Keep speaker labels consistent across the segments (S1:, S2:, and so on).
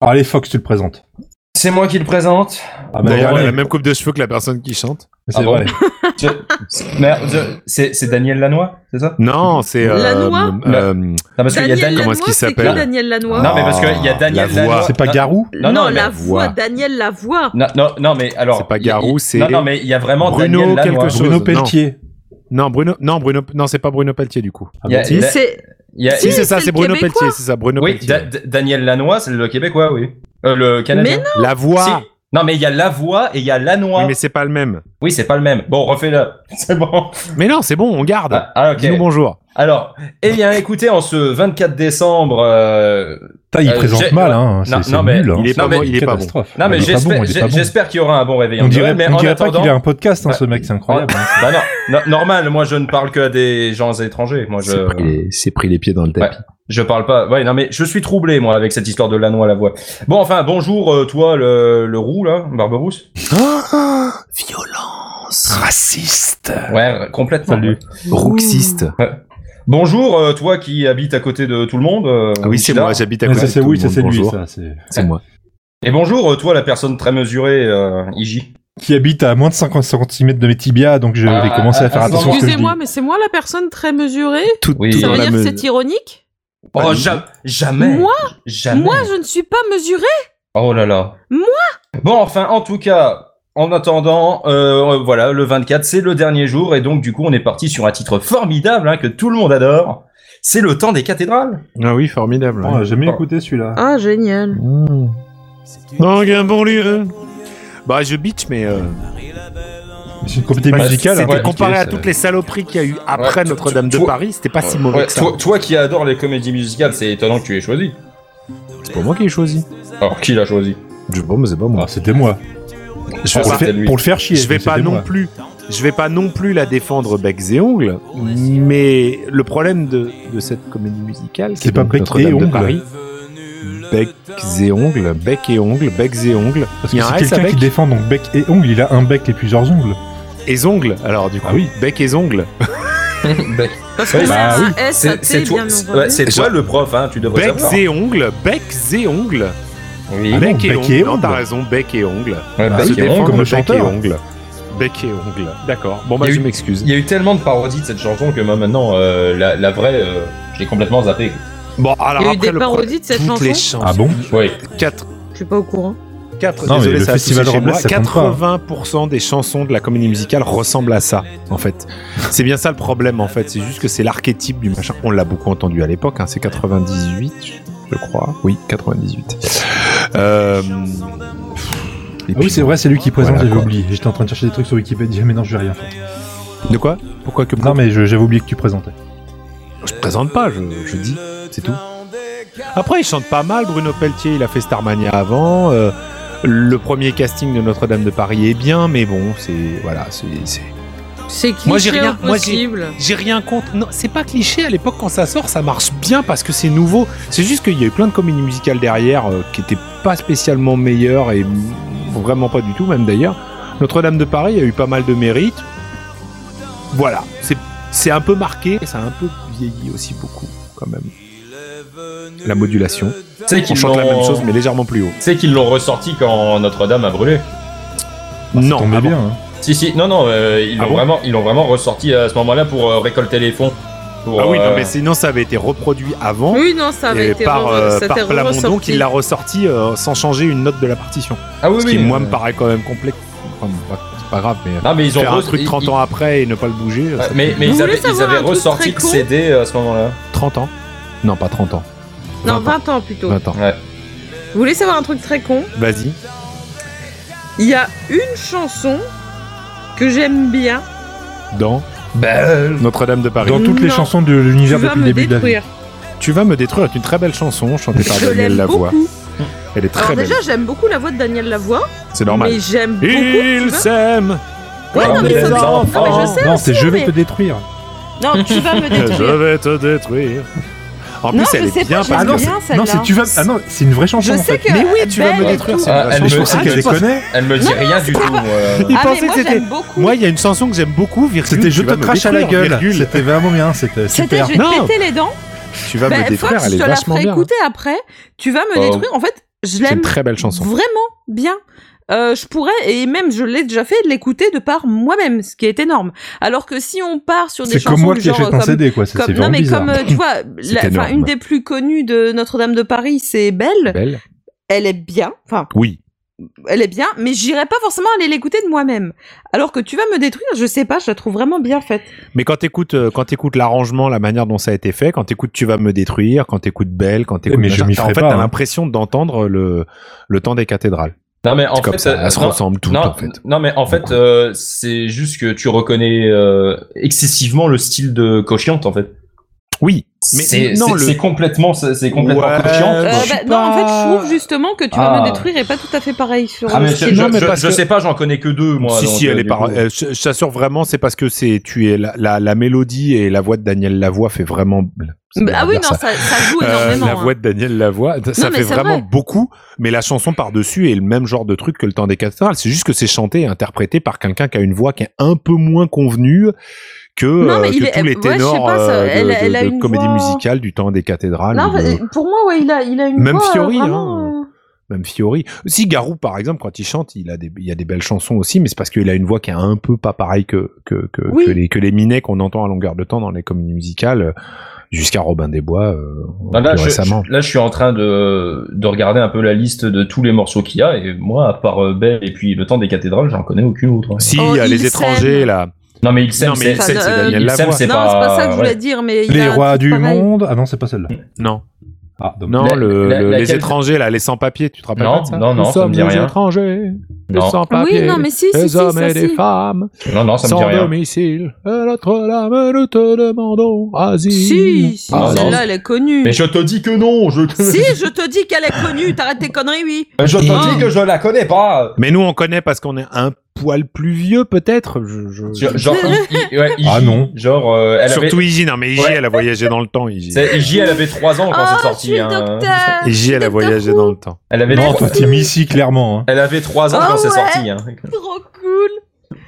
S1: Allez, Fox, tu le présentes.
S2: C'est moi qui le présente.
S1: Ah,
S3: D'ailleurs,
S1: bah,
S3: elle a
S1: ouais,
S3: la même coupe de cheveux que la personne qui chante.
S1: c'est
S2: Ah bon
S1: vrai.
S2: Je- c'est- merde, je- c'est c'est Daniel Lanois, c'est ça
S3: Non, c'est. euh,
S4: Lanois
S3: euh,
S2: Non, parce qu'il y a
S4: Daniel
S2: Dan-
S3: Comment est-ce
S4: Lanois,
S3: qu'il
S4: c'est qui
S3: s'appelle
S4: Daniel Lanois
S2: Non, mais parce que il y a
S3: Ah,
S2: Daniel
S3: la voix.
S2: Lanois.
S1: C'est pas
S2: Non,
S1: Garou
S2: Non, non, mais-
S4: la voix,
S3: voix.
S4: Daniel la voix.
S2: Non, non, non, mais alors.
S3: C'est pas
S2: il y a-
S3: Garou,
S2: il-
S3: c'est
S2: Non, non, mais il y a vraiment
S3: Bruno
S2: Daniel Lanois.
S3: quelque chose.
S1: Bruno
S3: non.
S1: Pelletier.
S3: Non, Bruno. Non, Bruno. Non, c'est pas Bruno Pelletier du coup.
S1: Ah
S2: Il y a-
S1: bon
S2: il y a-
S4: C'est
S2: il y a-
S3: Si,
S4: Si,
S3: c'est ça, c'est
S4: c'est le
S3: Bruno
S4: Québécois.
S3: Pelletier. C'est ça, Bruno
S2: Oui, Da-
S3: Pelletier.
S2: Da- Daniel Lanois, c'est le Québécois, oui. Euh, le Canadien.
S4: Mais
S2: Si.
S3: La voix.
S2: Non, mais il y a la voix et il y a
S3: Oui,
S2: Lanois.
S3: mais c'est pas le même.
S2: Oui, c'est pas le même. Bon, refais-le. C'est bon.
S3: Mais non, c'est bon, on garde.
S2: Ah, ah, ok.
S3: Dis-nous bonjour.
S2: Alors, eh bien, écoutez, en ce 24 décembre, euh,
S1: Putain, il
S2: Euh,
S1: présente
S2: j'ai-
S1: mal, hein.
S2: Non,
S1: C'est c'est
S2: non, mais
S1: nul. hein.
S3: il est
S1: C'est
S3: pas
S1: une
S3: bon, il est pas bon.
S1: catastrophe.
S2: non mais
S1: Il est pas
S2: j'espère
S1: bon, il est pas bon.
S2: j'espère qu'il y aura un bon réveil. en
S1: On
S2: Noël,
S1: dirait,
S2: mais
S1: on
S2: en
S1: dirait pas
S2: attendant-
S1: qu'il a un podcast, hein,
S2: Bah-
S1: ce mec, c'est incroyable. hein.
S2: bah non, no- normal, moi je ne parle que à des gens étrangers. Moi
S3: C'est pris
S2: je
S3: les- C'est pris les pieds dans le tapis.
S2: je parle pas. Ouais, non mais je suis troublé moi avec cette histoire de l'anneau à la voix. Bon enfin, bonjour euh, toi le, le roux là, Barberousse.
S3: Ah, Violence. Raciste.
S2: Ouais, complètement.
S1: Salut.
S3: Roxiste.
S2: Bonjour euh, toi qui habite à côté de tout le monde. euh,
S3: Ah oui, c'est
S2: Michida.
S3: moi, j'habite à
S1: Mais ça,
S3: côté. de
S1: c'est
S3: tout
S1: oui,
S3: le
S1: ça,
S3: monde.
S1: c'est lui,
S3: Bonjour.
S1: ça. c'est-
S3: C'est moi.
S2: Et bonjour euh, toi la personne très mesurée euh, Iji.
S1: Qui habite à moins de 50 cm de mes tibias, donc je
S2: Ah,
S1: vais commencer à
S2: ah,
S1: faire
S2: ah,
S1: attention à ce que je dis.
S4: Excusez-moi, mais c'est moi la personne très mesurée
S3: Tout,
S2: Oui.
S3: tout
S4: Ça
S3: dans
S4: veut
S3: la
S4: dire que
S3: meuse.
S4: c'est ironique
S2: Oh ja- jamais.
S4: Moi
S2: jamais.
S4: Moi, je ne suis pas mesurée
S2: Oh là là.
S4: Moi
S2: Bon, enfin, en tout cas, en attendant, euh, voilà, le 24, c'est le dernier jour, et donc du coup, on est parti sur un titre formidable hein, que tout le monde adore. C'est le temps des cathédrales.
S3: Ah oui, formidable.
S1: Oh, J'ai jamais écouté celui-là.
S4: Ah, génial.
S3: Donc un bon lieu. Bah, je bitch, mais. euh,
S1: C'est une compétition
S3: bah,
S1: musicale.
S3: C'était
S1: hein.
S2: ouais.
S3: comparé à
S2: Ça-
S3: toutes les saloperies qu'il y a eu
S2: Ouais,
S3: après
S2: tu-
S3: Notre-Dame
S2: tu-
S3: de
S2: tu-
S3: Paris, c'était pas si mauvais
S2: Ouais,
S3: que ça.
S2: toi, toi qui adore les comédies musicales, c'est étonnant que tu aies choisi.
S3: C'est pas moi qui ai choisi.
S2: Alors, qui l'a choisi
S3: Je bon, mais c'est pas
S1: Ah, C'était moi. Pour
S3: Je vais
S1: le
S3: pas,
S2: c'était
S1: faire-
S2: lui.
S1: pour le faire chier.
S3: je vais
S1: mais
S3: pas
S1: c'était
S3: non
S1: moi.
S3: plus. Je vais pas non plus la défendre bec et ongles, mais le problème de, de cette comédie musicale, qui
S1: C'est
S3: est
S1: pas
S3: donc
S1: bec
S3: Notre-Dame
S1: et
S3: de
S1: ongles.
S3: Paris, bec et ongles, bec et ongles, bec et ongles.
S1: Parce
S3: Il y
S1: que
S3: a un
S1: c'est
S3: S à
S1: quelqu'un qui
S3: bec
S1: défend donc bec et ongle, il a un bec et plusieurs ongles.
S3: et ongles. Alors du coup,
S1: Ah oui.
S3: bec et ongles,
S2: Ben,
S4: C'est
S2: bah,
S4: un
S2: oui.
S4: S, un
S2: C'est c'est
S4: T,
S2: toi,
S4: bien
S2: c'est-
S4: entendu.
S2: ouais, c'est toi
S3: Genre-
S2: le prof, hein, tu devrais
S3: bec
S2: savoir.
S3: et ongles, bec et ongles,
S2: Oui.
S1: Ah,
S3: bec
S1: non,
S3: et
S1: bec
S3: ongles.
S1: et
S3: Non,
S1: ongles.
S3: t'as raison, bec et ongles.
S2: Ouais,
S1: Ah,
S2: bec
S3: se
S1: c'est bon,
S2: et
S3: défendre
S2: ongle.
S1: comme le
S3: bec et
S1: chanteur.
S3: ongles. Bec et ongles. D'accord. Bon bah
S2: Il y a
S3: je
S2: eu-
S3: m'excuse.
S2: Il y a eu tellement de parodies de cette chanson que moi maintenant, euh, la, la vraie, euh, je l'ai complètement zappée.
S3: Bon alors
S4: Il y a eu
S3: après
S4: des
S3: le
S4: parodies de cette
S3: toutes les
S4: chanson
S1: Ah
S3: chansons.
S1: bon
S2: Oui.
S3: Quatre
S4: Je suis pas au courant.
S3: Quatre-
S1: Non, mais
S3: désolé,
S1: le
S3: ça a
S1: Festival
S3: touché chez
S1: Robles,
S3: moi.
S1: ça compte pas.
S3: 80% des chansons de la comédie musicale ressemblent à ça, en fait. C'est bien ça le problème, en fait. C'est juste que c'est l'archétype du machin. On l'a beaucoup entendu à l'époque, hein. c'est 98, je crois. Oui, 98. Euh... et
S1: Ah oui,
S3: puis-
S1: c'est vrai, c'est lui qui présente,
S3: Voilà,
S1: j'avais
S3: quoi.
S1: oublié. J'étais en train de chercher des trucs sur Wikipédia, mais non, je vais rien faire.
S3: De quoi Pourquoi que
S1: Non, mais je- j'avais oublié que tu présentais.
S3: Je présente pas, je, je dis, c'est tout. Après, il chante pas mal, Bruno Pelletier, il a fait Starmania avant. euh, le premier casting de Notre-Dame de Paris est bien, mais bon, c'est. Voilà, c'est. c'est-
S4: C'est
S3: Moi, j'ai
S4: cliché
S3: rien- moi, j'ai-
S4: impossible.
S3: J'ai rien contre. Non, c'est pas cliché. À l'époque, quand ça sort, ça marche bien parce que c'est nouveau. C'est juste qu'il y a eu plein de comédies musicales derrière euh, qui étaient pas spécialement meilleures et vraiment pas du tout, même d'ailleurs. Notre-Dame de Paris a eu pas mal de mérite. Voilà. C'est, c'est un peu marqué et ça a un peu vieilli aussi beaucoup, quand même. La modulation.
S2: C'est
S3: On
S2: qu'ils
S3: chante la
S2: l'ont-
S3: même chose, mais légèrement plus haut.
S2: C'est qu'ils l'ont ressorti quand Notre-Dame a brûlé.
S3: non,
S1: Tombait
S3: avant.
S1: bien. hein.
S2: Si, si, non, non, euh, ils l'ont
S3: Ah bon
S2: vraiment, ils l'ont vraiment ressorti à ce moment-là pour euh, récolter les fonds. Pour,
S3: Ah oui, non,
S2: euh,
S3: mais sinon, ça avait été reproduit avant.
S4: Oui, non, ça avait
S3: et
S4: été
S3: par,
S4: re-
S3: euh,
S4: ça
S3: par
S4: t'est
S3: Plamondon
S4: ressorti.
S3: qui l'a ressorti euh, sans changer une note de la partition.
S2: Ah oui,
S3: Ce
S2: oui.
S3: qui, moi,
S2: euh,
S3: me paraît quand même complexe. Enfin, bon, bah, c'est pas grave, mais
S2: Non, mais ils ont
S3: faire un
S2: re-
S3: truc
S2: ils-
S3: 30
S2: ils-
S3: ans après et ne pas le bouger,
S2: Ouais,
S3: ça
S2: mais
S3: fait
S2: mais ils
S4: Vous voulez
S2: avaient, ils
S4: savoir
S2: avaient
S4: un truc
S2: ressorti
S4: très
S2: le
S4: con
S2: CD à ce moment-là.
S3: 30 ans Non, pas 30 ans.
S4: Non,
S3: 20 ans.
S4: 20 ans plutôt.
S3: 20 ans.
S2: Ouais.
S4: Vous voulez savoir un truc très con
S3: Vas-y.
S4: Il y a une chanson que j'aime bien.
S3: Dans Notre-Dame de Paris.
S1: Dans toutes les
S4: Non.
S1: chansons de
S4: Tu
S1: l'univers
S4: vas
S1: depuis
S4: me
S1: le début de la vie.
S4: détruire.
S3: Tu vas me détruire est une très belle chanson chantée par
S4: Je
S3: Daniel
S4: l'aime
S3: Lavoie.
S4: beaucoup.
S3: Elle est très
S4: Alors
S3: belle.
S4: déjà, j'aime beaucoup la voix de Daniel Lavoie,
S3: C'est normal.
S4: mais j'aime beaucoup. tu
S3: Ils
S4: vois.
S3: s'aiment.
S4: Ouais, non,
S3: comme
S4: mais
S3: des
S4: ça- non,
S3: enfants.
S4: mais je sais
S1: Non,
S4: aussi,
S1: c'est je vais
S4: mais-
S1: te détruire.
S5: Non, tu vas me
S3: Je
S5: détruire.
S3: vais te détruire. En
S5: Non,
S3: plus,
S5: je
S3: elle
S5: sais
S3: est
S5: pas,
S3: bien
S5: je
S3: parce
S5: l'aime
S3: que.
S5: bien.
S1: c'est-
S5: celle-là.
S1: non, c'est tu vas. Ah non, c'est une vraie chanson.
S4: Je
S1: en
S4: sais
S1: fait.
S4: que. Ben,
S3: Mais oui, tu vas
S4: Belle
S3: me
S4: et
S3: détruire.
S4: tout.
S3: c'est une
S2: Ah,
S3: vraie
S2: elle
S1: Mais je
S3: chanson.
S2: me-
S1: pensais
S2: Ah,
S1: qu'elle
S2: je
S1: les
S2: pense-
S1: connaît.
S2: Elle me dit
S5: Non,
S2: rien
S5: non,
S2: du
S5: c'est
S2: tout.
S5: pas vrai.
S2: moi, euh.
S5: Ah,
S3: Il
S5: mais
S3: pensait que
S5: moi,
S3: c'était.
S5: j'aime beaucoup.
S3: Moi, il y a une chanson que j'aime beaucoup, virgule.
S1: C'était je
S3: tu
S1: te
S3: vas me
S1: crache à la
S3: détruire,
S1: gueule.
S3: virgule.
S1: C'était vraiment bien. C'était
S5: C'était
S1: super.
S5: je vais te
S3: Non.
S5: péter les dents.
S3: Tu vas
S4: Bah,
S3: me détruire,
S4: Fox,
S3: elle
S4: je
S3: est
S4: te la
S3: vachement
S4: ferai
S3: bien.
S4: écouter après. Tu vas me
S2: Oh.
S4: détruire. En fait, Je
S3: C'est une
S4: l'aime
S3: très belle chanson.
S4: vraiment bien. Euh, je pourrais, et même je l'ai déjà fait, de l'écouter de par moi-même, ce qui est énorme. Alors que si on part sur des
S1: C'est
S4: chansons
S1: comme moi
S4: du
S1: qui
S4: genre euh,
S1: achète un
S4: comme
S1: CD, quoi. C'est c'est
S4: comme- non
S1: vraiment
S4: mais
S1: bizarre.
S4: comme euh, tu vois, la-
S3: C'est
S4: enfin,
S3: énorme.
S4: une des plus connues de Notre-Dame de Paris, c'est Belle.
S3: Belle.
S4: Elle est bien, enfin,
S3: Oui.
S4: elle est bien, mais j'irai pas forcément aller l'écouter de moi-même. Alors que tu vas me détruire, je sais pas, je la trouve vraiment bien faite.
S3: Mais quand t'écoutes, euh, quand t'écoutes l'arrangement, la manière dont ça a été fait, quand t'écoutes Tu vas me détruire, quand t'écoutes Belle, quand t'écoutes
S1: Mais je
S3: machin,
S1: m'y
S3: t'as- en
S1: ferai
S3: fait,
S1: pas,
S3: t'as
S1: hein.
S3: l'impression d'entendre le, le temps des cathédrales.
S2: Non mais en
S3: C'est comme
S2: fait,
S3: ça,
S2: euh,
S3: elles se
S2: non,
S3: ressemblent toutes
S2: non,
S3: en fait.
S2: non, mais en fait, euh, c'est juste que tu reconnais euh, excessivement le style de Cochiante en fait.
S3: Oui. Mais
S2: C'est
S3: non,
S2: c'est-
S3: le-
S2: c'est complètement, c'est c'est complètement
S3: Ouais,
S2: Cochiante.
S3: Euh,
S4: Euh,
S3: je
S4: bah,
S3: suis
S4: Non, en fait,
S3: pas-
S4: je trouve justement que tu vas
S2: Ah.
S4: me détruire est pas tout à fait pareil sur euh,
S2: Ah,
S4: le
S2: mais je,
S4: style.
S2: je,
S3: Non, mais
S2: je-
S3: parce
S2: je
S3: que-
S2: sais pas, j'en connais que deux moi.
S3: si
S2: donc,
S3: si,
S2: euh,
S3: elle est
S2: du
S3: par.
S2: coup-
S3: euh, je- je t'assure vraiment, c'est parce que c'est tu es la, la, la mélodie et la voix de Daniel Lavoie fait vraiment. c'est
S4: Bah,
S3: bien
S4: ah
S3: de
S4: oui,
S3: dire
S4: non,
S3: ça.
S4: ça, ça joue
S3: Euh,
S4: énormément.
S3: la
S4: hein.
S3: voix de Daniel Lavoie, ça- ça
S4: mais
S3: fait
S4: c'est
S3: vraiment
S4: vrai.
S3: beaucoup, mais la chanson par-dessus est le même genre de truc que le temps des cathédrales. C'est juste que c'est chanté et interprété par quelqu'un qui a une voix qui est un peu moins convenue que,
S4: Non, mais
S3: euh, que
S4: il est-
S3: tous les
S4: ouais, je sais
S3: ténors
S4: pas, ça-
S3: euh, de,
S4: elle-
S3: de-
S4: elle a
S3: de
S4: une
S3: comédie
S4: voix-
S3: musicale du temps des cathédrales.
S4: Non,
S3: ou de-
S4: euh, pour moi, ouais, il a, il a une
S3: Même
S4: voix, euh,
S3: Fiori,
S4: vraiment,
S3: hein.
S4: euh,
S3: Même Fiori. Si Garou, par exemple, quand il chante, il a des, il y a des belles chansons aussi, mais c'est parce qu'il a une voix qui est un peu pas pareille que, que, que,
S4: Oui.
S3: que les, que les minets qu'on entend à longueur de temps dans les comédies musicales, euh, jusqu'à Robin des Bois, euh,
S2: Non, Ah là,
S3: plus
S2: je,
S3: récemment.
S2: je- là, je suis en train de, de regarder un peu la liste de tous les morceaux qu'il y a, et moi, à part euh, Belle et puis Le Temps des Cathédrales, j'en connais aucune autre.
S3: Si,
S4: Oh,
S3: il y a
S4: il
S3: les
S4: s'aime.
S3: étrangers, là.
S2: Non, mais il s'aime,
S3: Non, mais
S2: c'est
S3: il s'aime,
S2: c'est-
S3: c'est
S4: euh,
S3: Daniel
S2: il s'aime,
S3: Lavoie.
S2: c'est
S4: Non, c'est pas ça que je voulais
S2: ouais.
S4: dire, mais il
S1: Les
S4: a un
S1: rois
S4: truc
S1: du
S4: pareil.
S1: monde. Ah non, c'est pas celle-là.
S3: Non.
S1: Ah, dommage.
S3: Non,
S2: La-
S3: le,
S2: la-
S3: le- les
S2: laquelle-
S3: étrangers, là, les sans-papiers, tu te rappelles
S2: Non,
S3: pas de ça
S2: non, non,
S3: Nous
S2: ça me
S3: sommes
S2: dit
S3: des
S2: rien.
S3: étrangers, les
S2: Non.
S3: sans-papiers,
S4: Oui, non, mais si, si, si,
S3: les hommes
S4: ça,
S3: et les
S4: si.
S3: femmes,
S2: Non, non, ça me dit
S3: sans
S2: rien.
S3: domicile, et l'autre lame, nous te demandons asile.
S4: Si, si,
S2: Ah, non.
S4: celle-là, elle est connue.
S2: Mais je te dis que non, je te,
S4: Si, je te dis qu'elle est connue, t'arrêtes tes conneries, oui.
S2: je te
S4: Ah.
S2: dis que je la connais pas.
S3: Mais nous, on connaît parce qu'on est un poil plus vieux, peut-être. Je, je-
S2: Genre, genre, I- I- ouais, Iji,
S1: Ah non.
S2: Genre, euh, elle
S3: Surtout
S2: avait,
S3: Igi, non, mais Igi,
S2: Ouais.
S3: elle a voyagé dans le temps, Igi.
S2: c'est- Iji, elle avait 3 ans quand
S4: Ah,
S2: c'est
S4: je suis
S2: sorti.
S4: le
S2: hein.
S4: docteur.
S3: Igi, elle a
S4: Docteur
S3: voyagé
S4: Who.
S3: dans le temps.
S2: Elle avait
S1: Non, toi,
S2: trois-
S1: t'es mis ici, clairement. hein.
S2: elle avait 3 ans
S4: Ah
S2: quand c'est
S4: ouais.
S2: sorti. hein.
S4: Trop cool.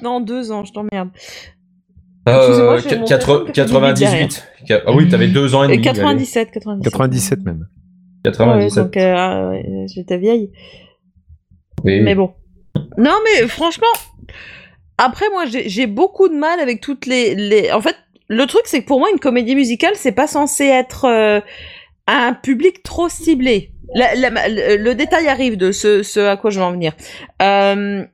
S4: Non, deux ans, je t'emmerde.
S2: Euh,
S4: Excusez-moi, j'ai mon téléphone qui fait du
S2: 98. Ah oui, t'avais 2 ans et
S4: Et
S2: demi.
S4: 97, 97.
S3: 97 même.
S2: allez.
S4: Ouais,
S2: 97.
S4: donc, euh, ah, ouais, j'étais vieille.
S2: Oui.
S4: Mais bon. Non, mais franchement, après, moi, j'ai j'ai beaucoup de mal avec toutes les. les... En fait, le truc, c'est que pour moi, une comédie musicale, c'est pas censé être euh, un public trop ciblé. La- la- ma- le le détail arrive de ce, ce à quoi je vais en venir. Euh,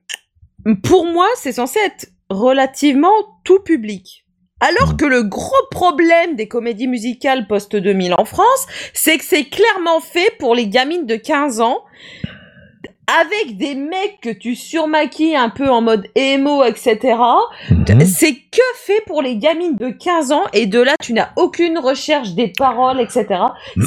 S4: pour moi, c'est censé être relativement tout public. Alors que le gros problème des comédies musicales post-2000 en France, c'est que c'est clairement fait pour les gamines de 15 ans avec des mecs que tu surmaquilles un peu en mode émo, etc. C'est que fait pour les gamines de 15 ans et de là, tu n'as aucune recherche des paroles, etc.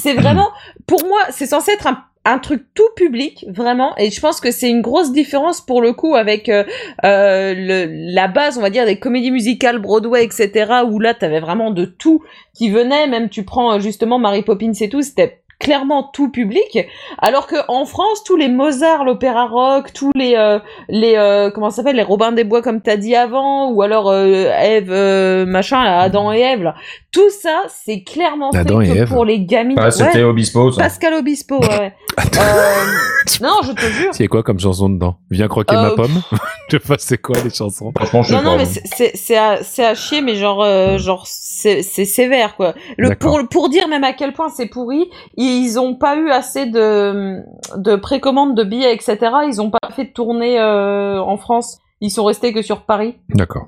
S4: C'est vraiment, pour moi, c'est censé être un un truc tout public vraiment et je pense que c'est une grosse différence pour le coup avec euh, euh, le, la base on va dire des comédies musicales Broadway etc où là t'avais vraiment de tout qui venait même tu prends euh, justement Mary Poppins et tout c'était clairement tout public alors que en France, tous les Mozart, l'opéra rock, tous les euh, les euh, comment ça s'appelle les Robin des Bois comme t'as dit avant, ou alors euh, Ève euh, machin, là, Adam et Ève, là. tout ça c'est clairement
S3: Adam
S4: fait
S3: et
S4: que
S3: Ève.
S4: pour les gamines.
S2: Ah, c'était
S4: Ouais,
S2: Obispo, ça.
S4: Pascal Obispo. ouais, Ouais. Euh, non, je te jure.
S3: C'est quoi comme chanson dedans Viens croquer
S4: Euh,
S3: ma pomme Je sais pas, c'est quoi les chansons
S2: Franchement, je sais
S4: Non, non,
S2: pas.
S4: mais c'est- c'est c'est à, c'est à chier, mais genre, euh, genre c'est c'est sévère, quoi. Le,
S3: D'accord.
S4: pour, pour dire même à quel point c'est pourri, ils ont pas eu assez de, de précommandes, de billets, etc. Ils ont pas fait de tournée euh, en France. Ils sont restés que sur Paris.
S3: D'accord.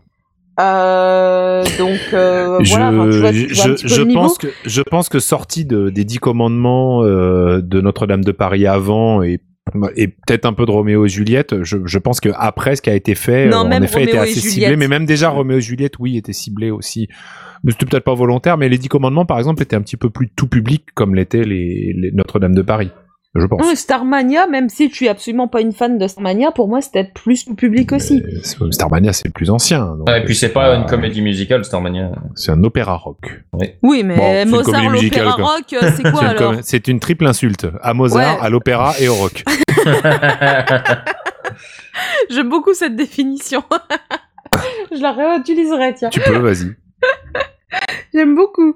S4: Euh, donc, euh, voilà, enfin, tu vois, tu vois un petit peu
S3: je
S4: le niveau.
S3: pense que je pense que sorti de, des dix commandements euh, de Notre-Dame de Paris avant et et peut-être un peu de Roméo et Juliette. Je, je pense que après ce qui a été fait,
S4: Non,
S3: euh, en
S4: même
S3: effet, était
S4: Roméo et
S3: assez ciblé.
S4: Juliette.
S3: Mais même déjà Roméo et Juliette, oui, était ciblé aussi. Mais c'était peut-être pas volontaire. Mais les dix commandements, par exemple, étaient un petit peu plus tout public, comme l'était les, les Notre-Dame de Paris. Je pense.
S4: Non, mais Starmania, même si je suis absolument pas une fan de Starmania, pour moi c'était plus tout public aussi.
S3: Euh, c'est- Starmania, c'est plus ancien. donc, euh,
S2: Ah, et puis c'est pas une comédie musicale, hein. Starmania.
S3: C'est un opéra rock.
S4: Oui,
S3: Bon, c'est
S4: mais
S3: une
S4: Mozart,
S3: comédie musicale,
S4: l'opéra
S3: quoi.
S4: rock, euh, c'est quoi
S3: C'est une
S4: alors
S3: com- C'est une triple insulte à Mozart,
S4: Ouais.
S3: à l'opéra et au rock.
S4: J'aime beaucoup cette définition. Je la réutiliserai, tiens.
S3: tu peux, vas-y.
S4: J'aime beaucoup.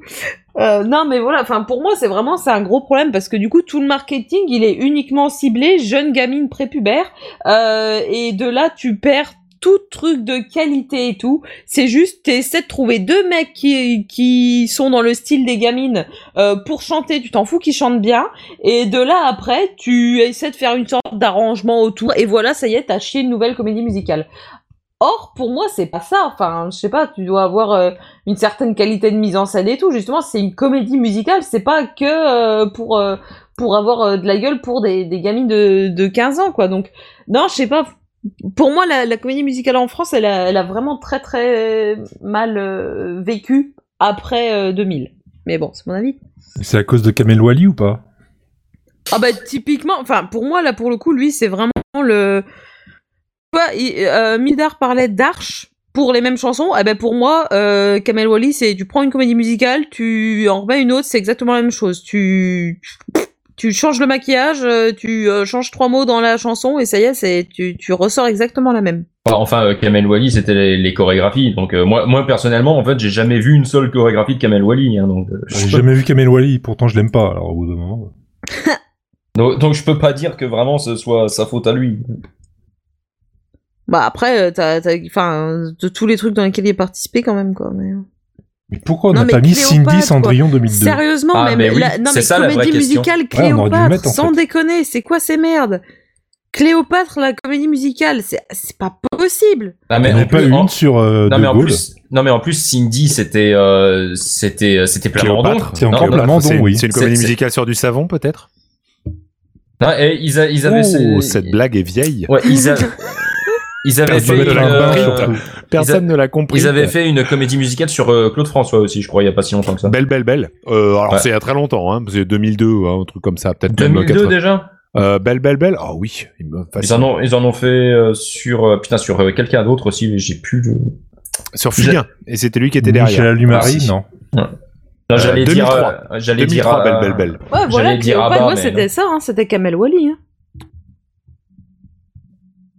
S4: Euh, non, mais voilà. Enfin, pour moi, c'est vraiment c'est un gros problème parce que du coup, tout le marketing, il est uniquement ciblé jeune gamine prépubère euh, et de là, tu perds tout truc de qualité et tout. C'est juste, t'essaies de trouver deux mecs qui qui sont dans le style des gamines euh, pour chanter. Tu t'en fous qu'ils chantent bien et de là après, tu essaies de faire une sorte d'arrangement autour et voilà, ça y est, t'as chié une nouvelle comédie musicale. Or, pour moi, c'est pas ça. Enfin, je sais pas, tu dois avoir euh, une certaine qualité de mise en scène et tout. Justement, c'est une comédie musicale, c'est pas que euh, pour euh, pour avoir euh, de la gueule pour des, des gamines de, de 15 ans, quoi. Donc, non, je sais pas. Pour moi, la, la comédie musicale en France, elle a, elle a vraiment très très mal euh, vécu après euh, 2000. Mais bon, c'est mon avis.
S1: C'est à cause de Kamel Wally ou pas
S4: Ah bah typiquement, enfin pour moi là pour le coup lui c'est vraiment le. Toi, il- euh, Midar parlait d'Arche pour les mêmes chansons. Eh ben pour moi euh, Kamel Wally c'est tu prends une comédie musicale, tu en remets une autre, c'est exactement la même chose. Tu tu changes le maquillage, euh, tu euh, changes trois mots dans la chanson et ça y est c'est tu tu ressors exactement la même.
S2: Enfin, Enfin, euh, Kamel Wally, c'était les, les chorégraphies. Donc euh, moi, moi personnellement, en fait, j'ai jamais vu une seule chorégraphie de Kamel Wally. hein, donc, euh, je
S1: J'ai
S2: peux-
S1: jamais vu Kamel Wally, pourtant je l'aime pas. Alors au bout d'un moment.
S2: donc, donc je peux pas dire que vraiment ce soit sa faute à lui.
S4: Bah après euh, t'as t'as- enfin de tous les trucs dans lesquels il est participé quand même quoi. mais-
S1: Mais pourquoi on
S4: Non,
S1: n'a
S4: mais
S1: pas mis
S4: Cléopâtre,
S1: Cindy Cendrillon 2002
S4: Sérieusement,
S2: Ah,
S4: même
S2: mais oui,
S4: la, non,
S2: c'est
S4: mais
S2: ça la
S4: comédie
S2: vraie question.
S1: Ouais,
S4: musicale
S1: on aurait dû le
S4: Cléopâtre,
S1: mettre, en
S4: sans
S1: fait.
S4: déconner, c'est quoi ces merdes Cléopâtre, la comédie musicale, c'est c'est pas possible.
S2: Ah,
S1: Il n'y en a
S2: en
S1: pas
S2: plus- en-
S1: une sur euh,
S2: non,
S1: De
S2: mais en
S1: Gaulle
S2: plus, non mais en plus, Cindy, c'était, euh, c'était, euh, c'était Plamondon.
S3: Cléopâtre.
S1: C'est
S2: Non,
S1: encore
S2: non,
S1: Plamondon,
S3: C'est une-
S1: oui.
S3: c'est une
S2: C'est-
S3: comédie
S2: c'est-
S3: musicale sur du savon, peut-être
S2: Non, et ils, a- ils avaient.
S3: Oh,
S2: ces-
S3: cette blague est vieille.
S2: Ouais, ils, a- ils avaient
S3: Personne
S2: fait.
S3: ne
S2: une,
S3: l'a
S2: euh,
S3: compris, surtout. Personne ne l'a compris.
S2: ils avaient fait une comédie musicale sur euh, Claude François aussi, je crois, il y a pas si longtemps que ça.
S3: Belle, belle, belle. Euh, alors,
S2: Ouais.
S3: c'est il y a très longtemps, hein, c'est 2002, hein, un truc comme ça, peut-être même
S2: 2002
S3: 80.
S2: déjà.
S3: Euh, belle, belle, belle. Ah oui, il me
S2: Ils
S3: fascine.
S2: en ont, ils en ont fait euh, sur, euh, putain, sur euh, quelqu'un d'autre aussi, mais j'ai plus. le-
S3: Sur Fugain. Et c'était lui qui était
S1: Michel
S3: derrière.
S1: Allumari,
S2: Aussi.
S1: non
S2: Non, j'allais
S3: Euh,
S2: dire,
S3: 2003.
S2: euh, j'allais dire,
S3: 2003,
S2: euh,
S3: belle, belle, belle.
S4: Ouais, voilà,
S2: J'allais dire
S4: Cléopâtre,
S2: Abba,
S4: moi,
S2: mais
S4: c'était ça, hein, c'était Kamel Wally. Hein.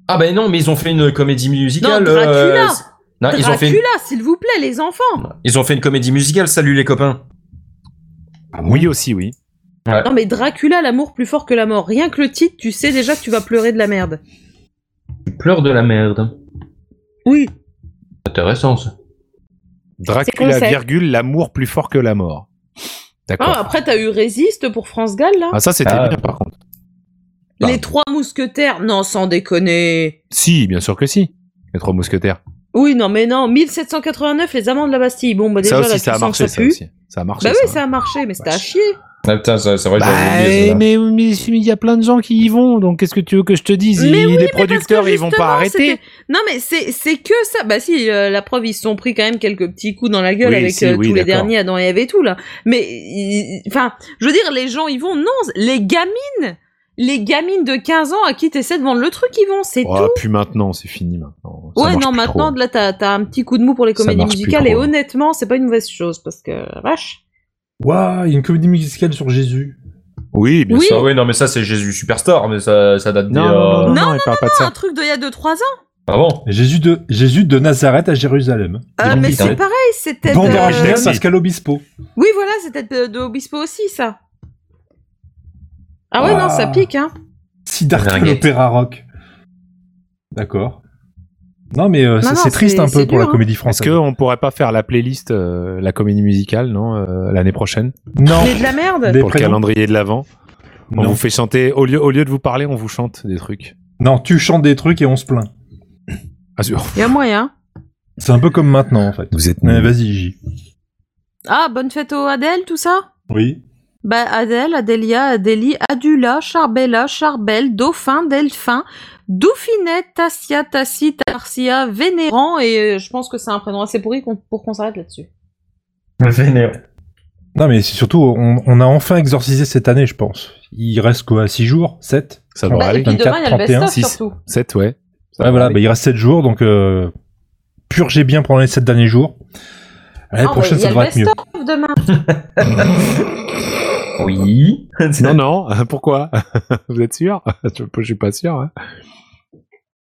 S2: Ah ben non, mais ils ont fait une comédie musicale. euh,
S4: Non, Dracula.
S2: c'est- non, ils ont fait,
S4: Dracula,
S2: une...
S4: s'il vous plaît, les enfants.
S2: ils ont fait une comédie musicale. Salut les copains. Ah
S3: Oui, aussi, oui.
S4: Non, mais Dracula, l'amour plus fort que la mort. Rien que le titre, tu sais déjà que tu vas pleurer de la merde.
S2: Tu pleures de la merde.
S4: Oui.
S2: Intéressant ça.
S3: Dracula,
S4: concept.
S3: virgule, l'amour plus fort que la mort.
S4: Ah,
S3: D'accord.
S4: après, t'as eu Résiste pour France Gall, là.
S3: Ah, ça, c'était
S2: Ah.
S3: bien, par contre.
S4: les trois mousquetaires, non, sans déconner.
S3: Si, bien sûr que si. Les trois mousquetaires.
S4: Oui, non, mais non. 1789, les amants de la Bastille. Bon, bah déjà,
S3: ça aussi,
S4: là, tu
S3: ça a
S4: sens
S3: marché,
S4: que
S3: ça,
S4: pue.
S3: aussi. Ça a marché.
S4: Bah oui,
S3: ça.
S4: ça a marché, mais c'était à
S3: Vache.
S4: chier.
S2: Ah putain, c'est c'est vrai.
S3: Bah,
S2: j'avais oublié, celle-là.
S3: mais mais il y a plein de gens qui y vont, donc qu'est-ce que tu veux que je te dise
S4: Mais
S3: Ils-
S4: oui,
S3: Les
S4: parce que
S3: producteurs, ils vont
S4: justement,
S3: pas arrêter.
S4: c'était- Non, mais c'est c'est que ça. Bah si, euh, la preuve, ils se sont pris quand même quelques petits coups dans la gueule
S3: Oui,
S4: avec
S3: si,
S4: euh,
S3: oui,
S4: tous les
S3: d'accord.
S4: derniers Adam et Ève et tout, là. Mais, ils- enfin, je veux dire, les gens, ils vont. Non, les gamines les gamines de 15 ans à qui t'essaies de vendre le truc, ils vont, c'est
S3: Oh, plus maintenant, c'est fini maintenant.
S4: tout.
S3: Ça
S4: Ouais,
S3: marche
S4: non,
S3: plus
S4: maintenant,
S3: trop.
S4: là, t'as t'as un petit coup de mou pour les
S3: Ça
S4: comédies
S3: marche plus
S4: musicales, et
S3: trop.
S4: honnêtement, c'est pas une mauvaise chose, parce que, vache.
S1: Waouh, il y a une comédie musicale sur Jésus.
S3: Oui, bien
S4: Oui.
S3: sûr.
S2: Ah oui, non, mais ça, c'est Jésus Superstar, mais ça, ça date des.
S3: Non,
S2: euh,
S3: non, non,
S4: Non,
S3: non, il parle pas de
S4: Un
S3: ça.
S4: truc d'il y a 2-3 ans.
S2: Ah bon
S1: Jésus de, Jésus de Nazareth à Jérusalem.
S4: Ah,
S2: Ils
S4: mais
S2: l'ont dit,
S4: c'est euh,
S2: hein.
S4: pareil, c'était.
S1: Bande
S4: de-
S1: originale,
S3: Taxi.
S1: Pascal Obispo.
S4: Oui, voilà, c'était de, de Obispo aussi, ça. Ah ouais,
S1: Ah.
S4: non, ça pique, hein.
S1: Siddhartha
S2: Ringuette.
S1: l'opéra rock. D'accord. Non mais euh,
S4: Non,
S1: ça,
S4: non,
S1: c'est triste
S4: c'est-
S1: un peu
S4: c'est
S1: pour
S4: dur,
S1: la
S4: hein.
S1: comédie
S3: Est-ce
S1: française.
S3: qu'on pourrait pas faire la playlist, euh, la comédie musicale, non, euh, l'année prochaine
S1: Non.
S4: Mais de la merde.
S1: Des
S3: Pour le
S1: prénoms.
S3: calendrier de l'avant, on
S1: Non.
S3: vous fait chanter, au lieu, au lieu de vous parler, on vous chante des trucs.
S1: Non, tu chantes des trucs et on se plaint.
S3: Ah, sûr.
S4: Il y a moyen.
S1: C'est un peu comme maintenant en fait.
S3: Vous êtes
S1: Ouais,
S3: nuls.
S1: Vas-y J.
S4: Ah, bonne fête au Adèle, tout ça
S1: Oui.
S4: Bah, Adèle, Adélia, Adélie, Adula, Charbella, Charbel, Dauphin, Delphin, Dauphinet, Tassia, Tassie, Tarsia, Vénérant, et euh, je pense que c'est un prénom assez pourri qu'on- pour qu'on s'arrête là-dessus.
S2: Vénère.
S1: Non mais c'est surtout on, on a enfin exorcisé cette année je pense. Il reste quoi 6 jours 7
S3: Ça devrait
S1: Bah,
S4: et
S3: aller.
S4: puis
S1: 24,
S4: demain, il y a le
S1: 31,
S4: best-of
S3: 6.
S4: surtout.
S3: 7, ouais. Ça
S1: Ouais,
S3: devrait
S1: voilà,
S3: aller.
S1: bah, il reste 7 jours donc euh, purgez bien pendant les 7 derniers jours. L'année
S4: Ah ouais,
S1: prochaine
S4: il y
S1: ça
S4: a le
S1: devrait être mieux.
S4: best-of demain.
S2: Oui.
S3: Non, non, pourquoi Vous êtes sûr je, je suis pas sûr. hein.